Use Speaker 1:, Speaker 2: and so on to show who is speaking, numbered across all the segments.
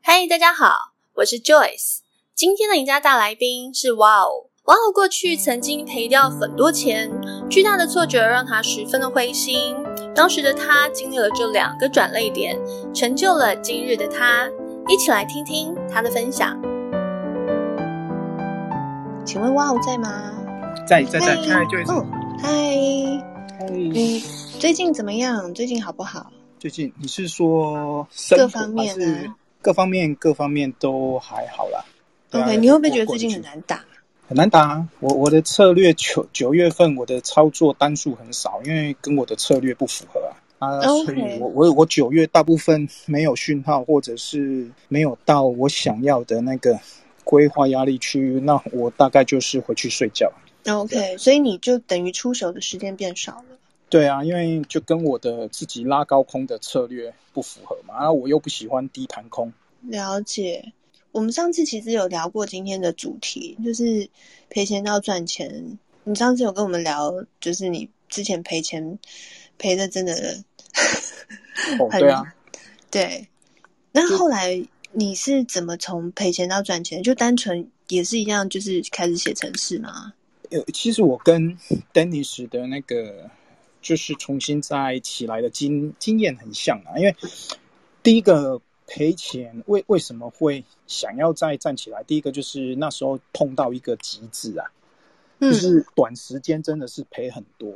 Speaker 1: 嗨，大家好，我是 Joyce。今天的赢家大来宾是 Wow。Wow 过去曾经赔掉很多钱，巨大的挫折让他十分的灰心。当时的他经历了这两个转泪点，成就了今日的他。一起来听听他的分享。
Speaker 2: 请问 Wow 在吗？
Speaker 3: 在在
Speaker 2: 嗨
Speaker 3: 在，
Speaker 2: 嗯
Speaker 3: 看来就是
Speaker 2: 哦，嗨，
Speaker 3: 嗨。
Speaker 2: 你最近怎么样？最近好不好？
Speaker 3: 最近你是说生活
Speaker 2: 各方面啊
Speaker 3: 还是各方面各方面都还好啦。对啊
Speaker 2: OK，你会不会觉得最近
Speaker 3: 过
Speaker 2: 很难打？
Speaker 3: 很难打、啊？我我的策略九九月份我的操作单数很少，因为跟我的策略不符合啊。啊，
Speaker 2: OK
Speaker 3: 所以我我我九月大部分没有讯号，或者是没有到我想要的那个规划压力区域，那我大概就是回去睡觉。
Speaker 2: OK，所以你就等于出手的时间变少了。
Speaker 3: 对啊，因为就跟我的自己拉高空的策略不符合嘛，然啊后我又不喜欢低盘空。
Speaker 2: 了解。我们上次其实有聊过今天的主题，就是赔钱到赚钱。你上次有跟我们聊，就是你之前赔钱赔的真的
Speaker 3: 哦，
Speaker 2: 很
Speaker 3: 对啊，
Speaker 2: 对。那后来你是怎么从赔钱到赚钱？就单纯也是一样，就是开始写程式吗？
Speaker 3: 呃，其实我跟 Dennis 的那个就是重新再起来的经经验很像啊，因为第一个赔钱为为什么会想要再站起来？第一个就是那时候碰到一个极致啊，
Speaker 2: 嗯嗯
Speaker 3: 就是短时间真的是赔很多。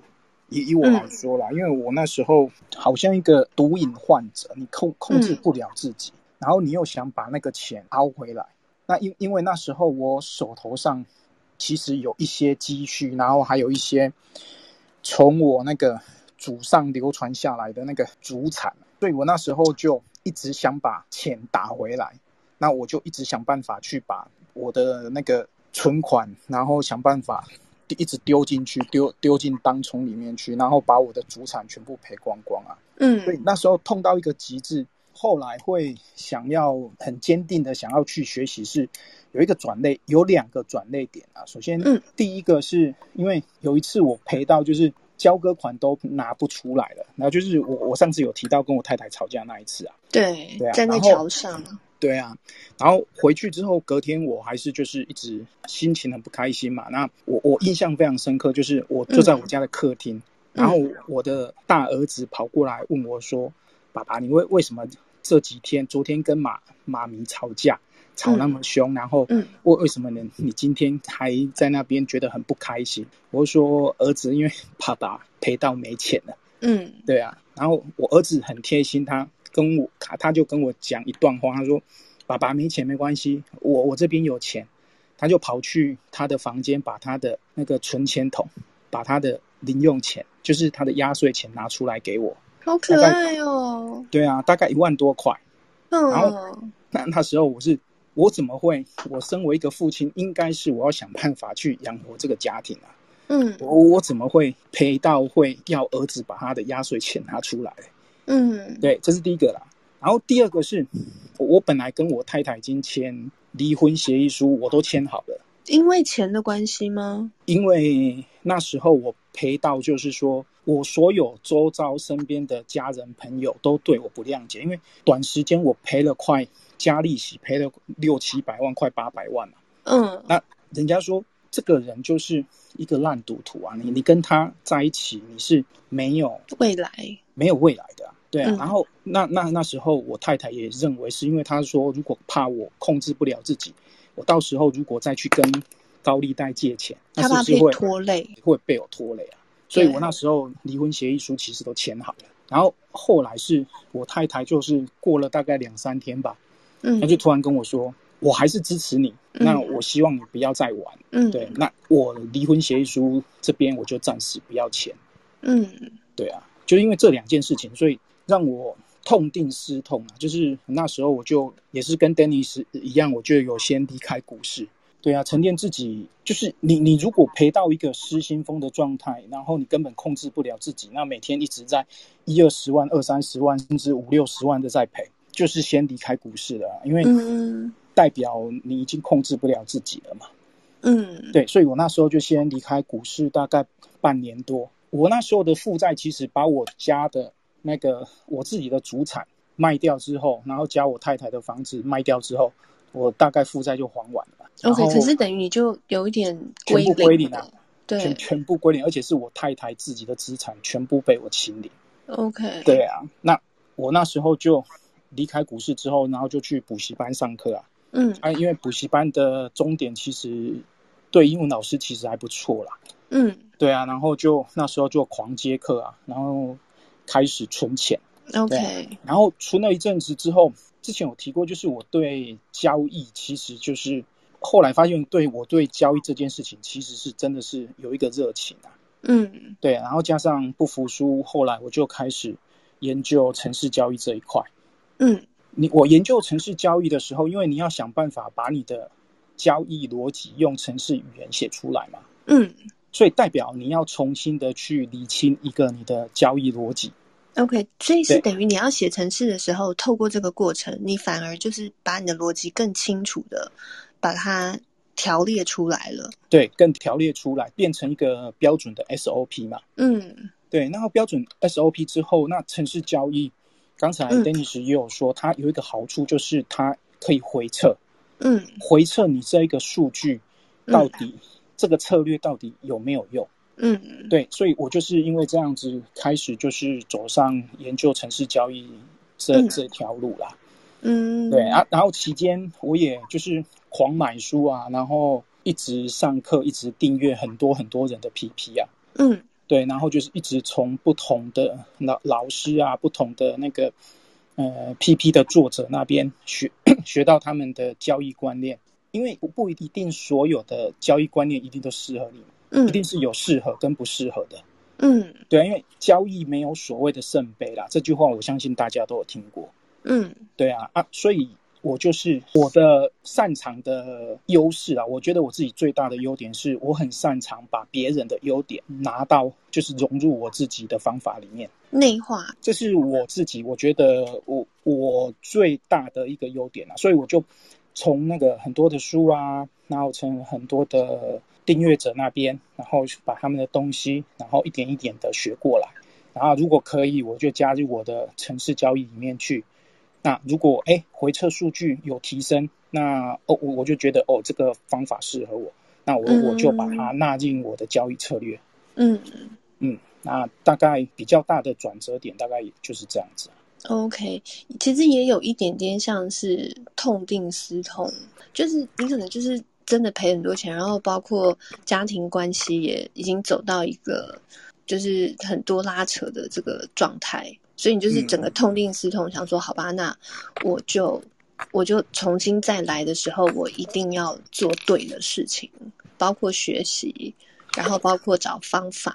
Speaker 3: 以以我来说啦，因为我那时候好像一个毒瘾患者，你控控制不了自己，然后你又想把那个钱熬回来。那因因为那时候我手头上其实有一些积蓄，然后还有一些从我那个祖上流传下来的那个祖产，所以我那时候就一直想把钱打回来。那我就一直想办法去把我的那个存款，然后想办法一直丢进去，丢丢进当冲里面去，然后把我的主产全部赔光光啊。所以
Speaker 2: 嗯
Speaker 3: 那时候痛到一个极致，后来会想要很坚定的想要去学习，是有一个转类，有两个转类点啊。首先
Speaker 2: 嗯，
Speaker 3: 第一个是因为有一次我赔到就是交割款都拿不出来了，然后就是我我上次有提到跟我太太吵架那一次啊。
Speaker 2: 对，
Speaker 3: 对啊
Speaker 2: 站在
Speaker 3: 然后
Speaker 2: 桥上，
Speaker 3: 对啊，然后回去之后，隔天我还是就是一直心情很不开心嘛。那我我印象非常深刻，就是我
Speaker 2: 嗯
Speaker 3: 坐在我家的客厅，然后我的大儿子跑过来问我说：“爸爸，你为为什么这几天昨天跟妈妈咪吵架，吵那么凶？然后
Speaker 2: 嗯
Speaker 3: 为为什么你你今天还在那边觉得很不开心？”我就说：“儿子，因为 爸爸赔到没钱了。”
Speaker 2: 嗯
Speaker 3: 对啊，然后我儿子很贴心，他跟我他他就跟我讲一段话，他说：“爸爸没钱没关系，我我这边有钱。”他就跑去他的房间，把他的那个存钱筒，把他的零用钱，就是他的压岁钱拿出来给我。
Speaker 2: 好可爱哦，
Speaker 3: 对啊，大概一万多块。然
Speaker 2: 嗯，
Speaker 3: 那那时候我是，我怎么会？我身为一个父亲，应该是我要想办法去养活这个家庭啊。
Speaker 2: 嗯
Speaker 3: 我我怎么会赔到会要儿子把他的压岁钱拿出来？
Speaker 2: 嗯，
Speaker 3: 对，这是第一个啦。然后第二个是，我我本来跟我太太已经签离婚协议书，我都签好了，
Speaker 2: 因为钱的关系吗？
Speaker 3: 因为那时候我赔到，就是说我所有周遭身边的家人朋友都对我不谅解，因为短时间我赔了快加利息，赔了六七百万，快八百万嘛。
Speaker 2: 嗯
Speaker 3: 那人家说这个人就是一个烂赌徒啊，你你跟他在一起，你是没有
Speaker 2: 未来，
Speaker 3: 没有未来的、啊。对啊，
Speaker 2: 嗯
Speaker 3: 然后那那那时候我太太也认为是因为她说，如果怕我控制不了自己，我到时候如果再去跟高利贷借钱，那
Speaker 2: 他怕
Speaker 3: 是不
Speaker 2: 被
Speaker 3: 是会
Speaker 2: 拖累。
Speaker 3: 会被我拖累啊？所以
Speaker 2: 对
Speaker 3: 我那时候离婚协议书其实都签好了。然后后来是我太太，就是过了大概两三天吧，
Speaker 2: 嗯
Speaker 3: 她就突然跟我说，我还是支持你，
Speaker 2: 嗯
Speaker 3: 那我希望你不要再玩。
Speaker 2: 嗯
Speaker 3: 对，那我离婚协议书这边我就暂时不要签。
Speaker 2: 嗯
Speaker 3: 对啊，就因为这两件事情，所以让我痛定思痛啊。就是那时候我就也是跟 Dennis 一样，我就有先离开股市。对啊，沉淀自己，就是你你如果赔到一个失心疯的状态，然后你根本控制不了自己，那每天一直在一二十万、二三十万，甚至五六十万的在赔，就是先离开股市了啊、因为
Speaker 2: 嗯
Speaker 3: 代表你已经控制不了自己了嘛。
Speaker 2: 嗯，
Speaker 3: 对，所以我那时候就先离开股市大概半年多。我那时候的负债其实把我家的那个我自己的主产卖掉之后，然后加我太太的房子卖掉之后，我大概负债就还完了。然后
Speaker 2: OK，可是等于你就有一点
Speaker 3: 全部
Speaker 2: 归
Speaker 3: 归零啊
Speaker 2: 了，对
Speaker 3: 全全部归零，而且是我太太自己的资产全部被我清零。
Speaker 2: ，OK，
Speaker 3: 对啊，那我那时候就离开股市之后，然后就去补习班上课啊。
Speaker 2: 嗯
Speaker 3: 啊，因为补习班的终点其实对英文老师其实还不错啦。
Speaker 2: 嗯
Speaker 3: 对啊，然后就那时候就狂接课啊，然后开始存钱，
Speaker 2: ，OK，
Speaker 3: 然后存了一阵子之后，之前有提过，就是我对交易其实就是后来发现，对我对交易这件事情其实是真的是有一个热情啊。
Speaker 2: 嗯
Speaker 3: 对，然后加上不服输，后来我就开始研究城市交易这一块。
Speaker 2: 嗯
Speaker 3: 你我研究城市交易的时候，因为你要想办法把你的交易逻辑用城市语言写出来嘛，
Speaker 2: 嗯
Speaker 3: 所以代表你要重新的去理清一个你的交易逻辑。
Speaker 2: ，OK，所以是
Speaker 3: 对
Speaker 2: 等于你要写程式的时候，透过这个过程，你反而就是把你的逻辑更清楚的把它条列出来了，
Speaker 3: 对，更条列出来，变成一个标准的 SOP 嘛。
Speaker 2: 嗯
Speaker 3: 对，然后标准 SOP 之后，那城市交易，刚才
Speaker 2: 嗯
Speaker 3: Dennis 也有说，它有一个好处就是它可以回测，
Speaker 2: 嗯
Speaker 3: 回测你这一个数据
Speaker 2: 嗯
Speaker 3: 到底、这个策略到底有没有用。
Speaker 2: 嗯
Speaker 3: 对，所以我就是因为这样子开始就是走上研究城市交易这、
Speaker 2: 嗯
Speaker 3: 这条路啦。
Speaker 2: 嗯，
Speaker 3: 对啊，然后期间我也就是狂买书啊，然后一直上课，一直订阅很多很多人的 PP 啊，
Speaker 2: 嗯
Speaker 3: 对，然后就是一直从不同的老老师啊，不同的那个呃 PP 的作者那边学 学到他们的交易观念，因为不不一定所有的交易观念一定都适合你，一
Speaker 2: 嗯
Speaker 3: 定是有适合跟不适合的。
Speaker 2: 嗯
Speaker 3: 对啊，因为交易没有所谓的圣杯啦，这句话我相信大家都有听过。
Speaker 2: 嗯
Speaker 3: 对啊，啊，所以我就是我的擅长的优势啊，我觉得我自己最大的优点是我很擅长把别人的优点拿到，就是融入我自己的方法里面。
Speaker 2: 内化，
Speaker 3: 这是我自己，我觉得我我最大的一个优点啊，所以我就从那个很多的书啊，然后从很多的订阅者那边，然后把他们的东西，然后一点一点的学过来，然后如果可以，我就加入我的城市交易里面去。那如果哎回测数据有提升，那哦我我就觉得哦这个方法适合我，那我我就把它纳进我的交易策略。
Speaker 2: 嗯。
Speaker 3: 那大概比较大的转折点，大概也就是这样子。
Speaker 2: OK，其实也有一点点像是痛定思痛，就是你可能就是真的赔很多钱，然后包括家庭关系也已经走到一个就是很多拉扯的这个状态，所以你就是整个痛定思痛，想说好吧，那我就我就重新再来的时候，我一定要做对的事情，包括学习，然后包括找方法，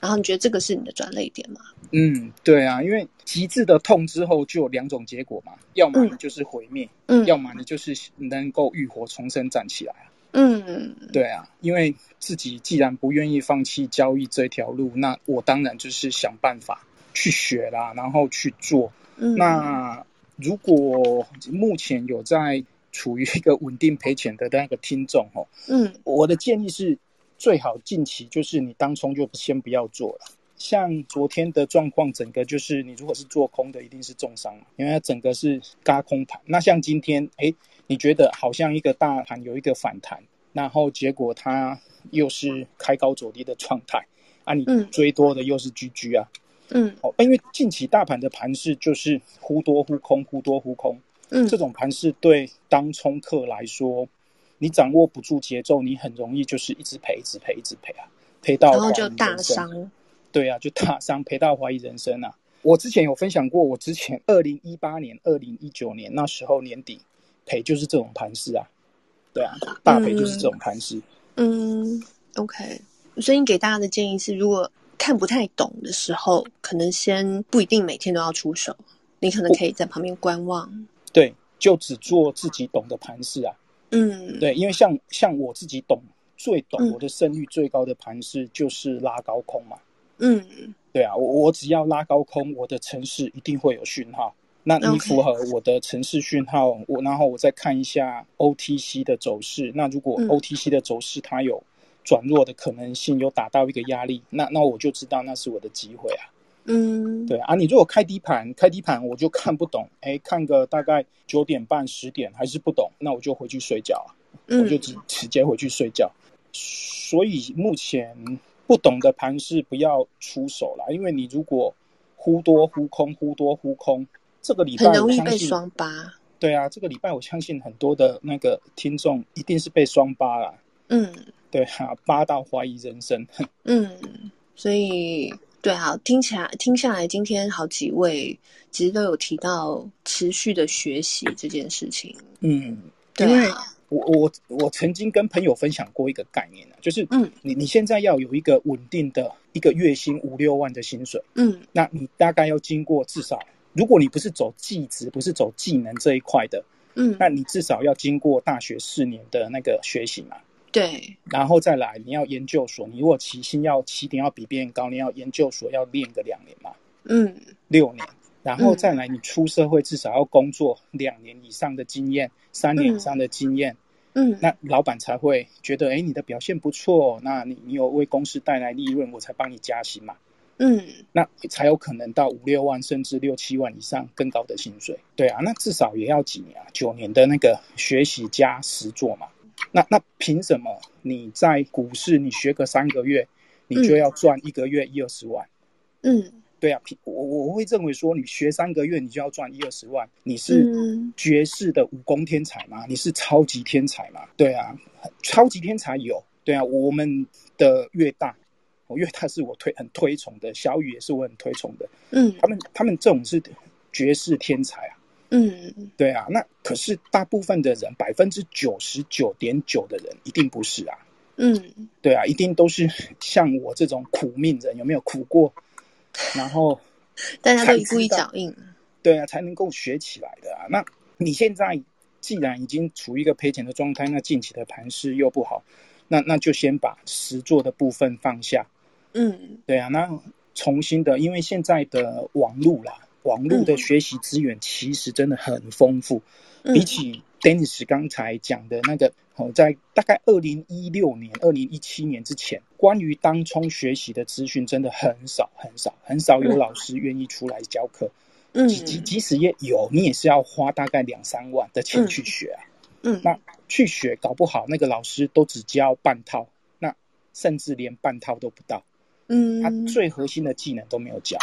Speaker 2: 然后你觉得这个是你的转捩点吗？
Speaker 3: 嗯，对啊，因为极致的痛之后就有两种结果嘛，要么
Speaker 2: 嗯
Speaker 3: 你就是毁灭，
Speaker 2: 嗯
Speaker 3: 要么你就是能够浴火重生站起来啊。
Speaker 2: 嗯
Speaker 3: 对啊，因为自己既然不愿意放弃交易这条路，那我当然就是想办法去学啦，然后去做。
Speaker 2: 嗯，
Speaker 3: 那如果目前有在处于一个稳定赔钱的那个听众哦，
Speaker 2: 嗯
Speaker 3: 我的建议是，最好近期就是你当冲就先不要做了。像昨天的状况，整个就是你如果是做空的，一定是重伤嘛，因为它整个是嘎空盘。那像今天，哎，你觉得好像一个大盘有一个反弹，然后结果它又是开高走低的状态啊，你
Speaker 2: 嗯
Speaker 3: 追多的又是 GG 啊，
Speaker 2: 嗯
Speaker 3: 哦，因为近期大盘的盘势就是忽多忽空，忽多忽空，
Speaker 2: 嗯
Speaker 3: 这种盘势对当冲客来说，你掌握不住节奏，你很容易就是一直赔，一直赔，一直赔啊，赔到
Speaker 2: 然后
Speaker 3: 怀
Speaker 2: 就
Speaker 3: 疑
Speaker 2: 大
Speaker 3: 人生。
Speaker 2: 伤，
Speaker 3: 对啊，就大伤，赔到怀疑人生啊！我之前有分享过，我之前二零一八年、二零一九年那时候年底赔就是这种盘势啊，对啊，大赔就是这种盘势。
Speaker 2: 嗯，OK。所以你给大家的建议是，如果看不太懂的时候，可能先不一定每天都要出手，你可能可以在旁边观望。
Speaker 3: 对，就只做自己懂的盘势啊。
Speaker 2: 嗯，
Speaker 3: 对，因为像像我自己懂最懂
Speaker 2: 嗯
Speaker 3: 我的胜率最高的盘势就是拉高空嘛。
Speaker 2: 嗯
Speaker 3: 对啊，我我只要拉高空，我的城市一定会有讯号。那你
Speaker 2: OK
Speaker 3: 符合我的城市讯号，我然后我再看一下 OTC 的走势。那如果
Speaker 2: 嗯
Speaker 3: OTC 的走势它有转弱的可能性，有打到一个压力，那那我就知道那是我的机会啊。
Speaker 2: 嗯，
Speaker 3: 对啊，你如果开低盘，开低盘我就看不懂，哎，看个大概九点半、十点还是不懂，那我就回去睡觉啊，我
Speaker 2: 嗯
Speaker 3: 就直直接回去睡觉。所以目前不懂的盘是不要出手啦，因为你如果忽多忽空、忽多忽空，这个礼拜
Speaker 2: 很容
Speaker 3: 我
Speaker 2: 易
Speaker 3: 相
Speaker 2: 被
Speaker 3: 信，
Speaker 2: 双八。
Speaker 3: 对啊，这个礼拜我相信很多的那个听众一定是被双八啦，
Speaker 2: 嗯
Speaker 3: 对啊，八到怀疑人生。
Speaker 2: 嗯，所以对，好，听起来听下来，今天好几位其实都有提到持续的学习这件事情。
Speaker 3: 嗯，因
Speaker 2: 对
Speaker 3: 为
Speaker 2: 啊，
Speaker 3: 我我我曾经跟朋友分享过一个概念啊，就是
Speaker 2: 嗯
Speaker 3: 你你现在要有一个稳定的一个月薪五六万的薪水，
Speaker 2: 嗯
Speaker 3: 那你大概要经过至少，如果你不是走技职，不是走技能这一块的，
Speaker 2: 嗯，
Speaker 3: 那你至少要经过大学四年的那个学习嘛，
Speaker 2: 对，
Speaker 3: 然后再来你要研究所，你如果起薪要起点要比别人高，你要研究所要练个两年嘛，
Speaker 2: 嗯
Speaker 3: 六年，然后再来你出社会至少要工作两年以上的经验，三年以上的经验。
Speaker 2: 嗯
Speaker 3: 那老板才会觉得，哎，你的表现不错，那你你有为公司带来利润，我才帮你加薪嘛，
Speaker 2: 嗯
Speaker 3: 那才有可能到五六万甚至六七万以上更高的薪水。对啊，那至少也要几年啊，九年的那个学习加实做嘛。那那凭什么你在股市你学个三个月，你就要赚一个月一二十万？
Speaker 2: 嗯
Speaker 3: 对啊，凭我我会认为说，你学三个月你就要赚一二十万，你是
Speaker 2: 嗯
Speaker 3: 绝世的武功天才吗？你是超级天才吗？对啊，超级天才有。对啊，我们的越大，我越大是我推很推崇的，小雨也是我很推崇的。
Speaker 2: 嗯
Speaker 3: 他们他们这种是绝世天才啊。
Speaker 2: 嗯
Speaker 3: 对啊，那可是大部分的人，百分之九十九点九的人一定不是啊。
Speaker 2: 嗯
Speaker 3: 对啊，一定都是像我这种苦命人，有没有苦过？然后
Speaker 2: 大家都一
Speaker 3: 才
Speaker 2: 步一
Speaker 3: 知道
Speaker 2: 脚印。
Speaker 3: 对啊，才能够学起来的啊。那你现在既然已经处于一个赔钱的状态，那近期的盘势又不好，那那就先把实做的部分放下。
Speaker 2: 嗯
Speaker 3: 对啊，那重新的，因为现在的网络啦，网络的学习资源其实真的很丰富，
Speaker 2: 嗯
Speaker 3: 比起 Dennis 刚才讲的那个，哦，在大概二零一六年、二零一七年之前，关于当冲学习的资讯真的很少很少，很少有
Speaker 2: 嗯
Speaker 3: 老师愿意出来教课。
Speaker 2: 嗯
Speaker 3: 即即即使也有，你也是要花大概两三万的钱
Speaker 2: 嗯
Speaker 3: 去学啊。
Speaker 2: 嗯
Speaker 3: 那去学搞不好那个老师都只教半套，那甚至连半套都不到，他
Speaker 2: 嗯
Speaker 3: 最核心的技能都没有教。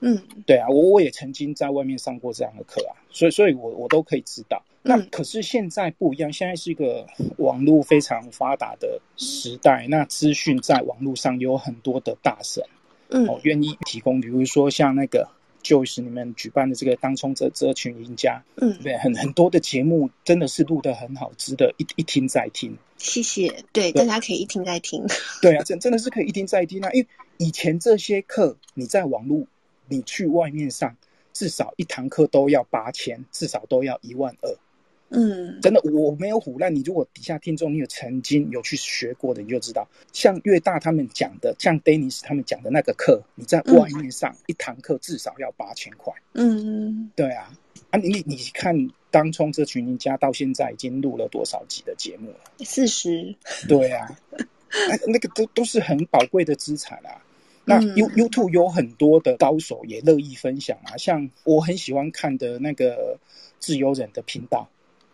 Speaker 2: 嗯
Speaker 3: 对啊，我我也曾经在外面上过这样的课啊，所以所以我我都可以知道。那
Speaker 2: 嗯
Speaker 3: 可是现在不一样，现在是一个网络非常发达的时代，那资讯在网络上有很多的大神。哦
Speaker 2: 嗯，
Speaker 3: 愿意提供，比如说像那个 Joyce 你们举办的这个当冲这这群赢家，对不
Speaker 2: 嗯，
Speaker 3: 对？很很多的节目真的是录得很好，值得一一听再听。
Speaker 2: 谢谢。对，大家可以一听再听。
Speaker 3: 对啊，真真的是可以一听再听啊，因为以前这些课你在网络，你去外面上。至少一堂课都要八千，至少都要一万二。
Speaker 2: 嗯
Speaker 3: 真的，我没有唬烂你。如果底下听众你有曾经有去学过的，你就知道，像越大他们讲的，像 Dennis 他们讲的那个课，你在外面上、一堂课至少要八千块。
Speaker 2: 嗯
Speaker 3: 对啊，啊你你你看当冲这群赢家到现在已经录了多少集的节目了？
Speaker 2: 四十。
Speaker 3: 对啊，那那个都都是很宝贵的资产啊。那
Speaker 2: 嗯
Speaker 3: You YouTube 有很多的高手也乐意分享啊，像我很喜欢看的那个自由人的频道，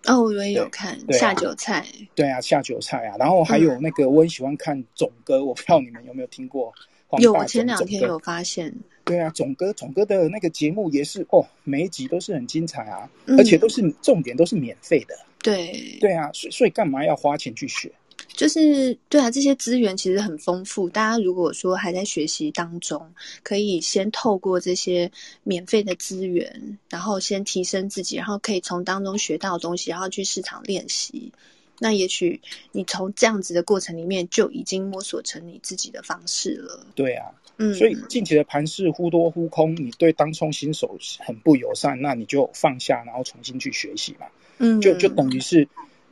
Speaker 2: 哦，我也有看
Speaker 3: 对啊
Speaker 2: 下酒菜。
Speaker 3: 对啊，下酒菜啊，然后还
Speaker 2: 嗯
Speaker 3: 有那个我很喜欢看总哥，我不知道你们有没有听过黄
Speaker 2: 有，
Speaker 3: 大
Speaker 2: 我前
Speaker 3: 总
Speaker 2: 两
Speaker 3: 总
Speaker 2: 天
Speaker 3: 哥
Speaker 2: 有，发现。
Speaker 3: 对啊，总哥总哥的那个节目也是哦，每一集都是很精彩啊，
Speaker 2: 嗯
Speaker 3: 而且都是重点都是免费的。
Speaker 2: 对，
Speaker 3: 对啊，所以所以干嘛要花钱去学？
Speaker 2: 就是对啊，这些资源其实很丰富。大家如果说还在学习当中，可以先透过这些免费的资源，然后先提升自己，然后可以从当中学到的东西，然后去市场练习。那也许你从这样子的过程里面就已经摸索成你自己的方式了。
Speaker 3: 对啊，
Speaker 2: 嗯，
Speaker 3: 所以近期的盘势忽多忽空，你对当冲新手很不友善，那你就放下，然后重新去学习嘛。
Speaker 2: 嗯，
Speaker 3: 就就等于是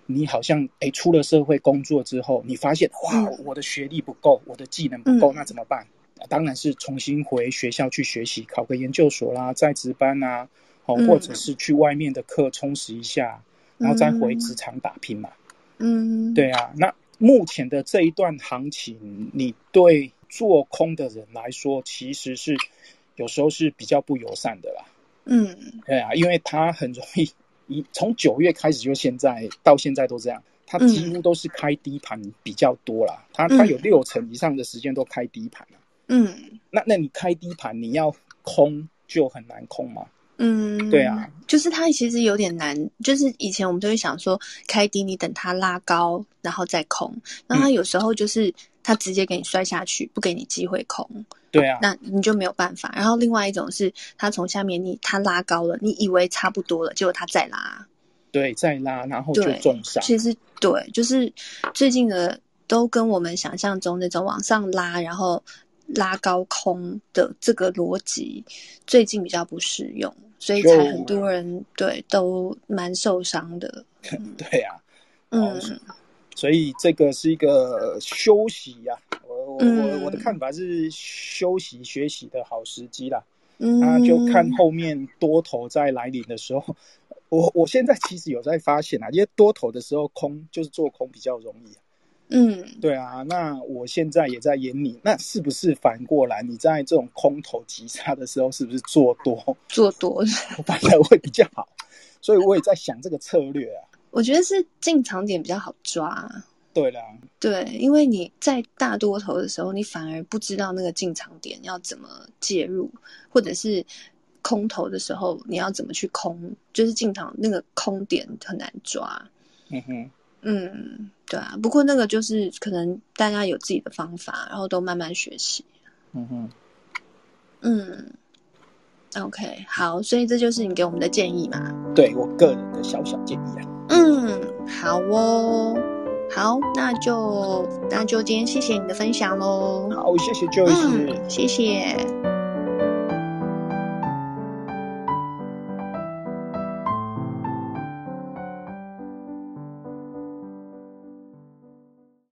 Speaker 3: 你好像诶出了社会工作之后，你发现哇
Speaker 2: 嗯，
Speaker 3: 我的学历不够，我的技能不够，
Speaker 2: 嗯
Speaker 3: 那怎么办？啊当然是重新回学校去学习，考个研究所啦，在职班啊，哦，
Speaker 2: 嗯
Speaker 3: 或者是去外面的课充实一下，然后再回
Speaker 2: 嗯
Speaker 3: 职场打拼嘛。
Speaker 2: 嗯，
Speaker 3: 对啊，那目前的这一段行情，你对做空的人来说，其实是有时候是比较不友善的啦。
Speaker 2: 嗯
Speaker 3: 对啊，因为它很容易，一从九月开始就现在到现在都这样，它
Speaker 2: 嗯
Speaker 3: 几乎都是开低盘比较多啦。它
Speaker 2: 嗯
Speaker 3: 它有六成以上的时间都开低盘啊。
Speaker 2: 嗯
Speaker 3: 那那你开低盘，你要空就很难空嘛。
Speaker 2: 嗯，
Speaker 3: 对啊，
Speaker 2: 就是它其实有点难，就是以前我们都会想说开低，你等它拉高，然后再空，那它有时候就是它直接给你摔下去，不给你机会空，
Speaker 3: 对啊，
Speaker 2: 那你就没有办法。然后另外一种是它从下面你它拉高了，你以为差不多了，结果它再拉，
Speaker 3: 对，再拉然后就
Speaker 2: 对
Speaker 3: 重伤。
Speaker 2: 其实对，就是最近的都跟我们想象中那种往上拉，然后拉高空的这个逻辑，最近比较不适用，所以才
Speaker 3: 就
Speaker 2: 很多人对都蛮受伤的。
Speaker 3: 对啊，
Speaker 2: 嗯
Speaker 3: 所以这个是一个休息呀、我我我
Speaker 2: 嗯
Speaker 3: 我的看法是休息学习的好时机啦。
Speaker 2: 嗯，
Speaker 3: 那就看后面多头在来临的时候， 我我现在其实有在发现啊，因为多头的时候空就是做空比较容易、啊
Speaker 2: 嗯
Speaker 3: 对啊，那我现在也在演你，那是不是反过来你在这种空头急杀的时候，是不是做多
Speaker 2: 做多，
Speaker 3: 反而会比较好？所以我也在想这个策略啊。
Speaker 2: 我觉得是进场点比较好抓。啊
Speaker 3: 对啦，
Speaker 2: 对，因为你在大多头的时候，你反而不知道那个进场点要怎么介入，或者是空头的时候你要怎么去空，就是进场那个空点很难抓。
Speaker 3: 嗯哼，
Speaker 2: 嗯，对啊。不过那个就是可能大家有自己的方法，然后都慢慢学习。
Speaker 3: 嗯哼，
Speaker 2: 嗯，OK，好，所以这就是你给我们的建议嘛。
Speaker 3: 对我个人的小小建议啊。
Speaker 2: 嗯，好哦，好，那就那就今天谢谢你的分享喽。
Speaker 3: 好，谢谢 Joyce。
Speaker 2: 嗯，谢谢。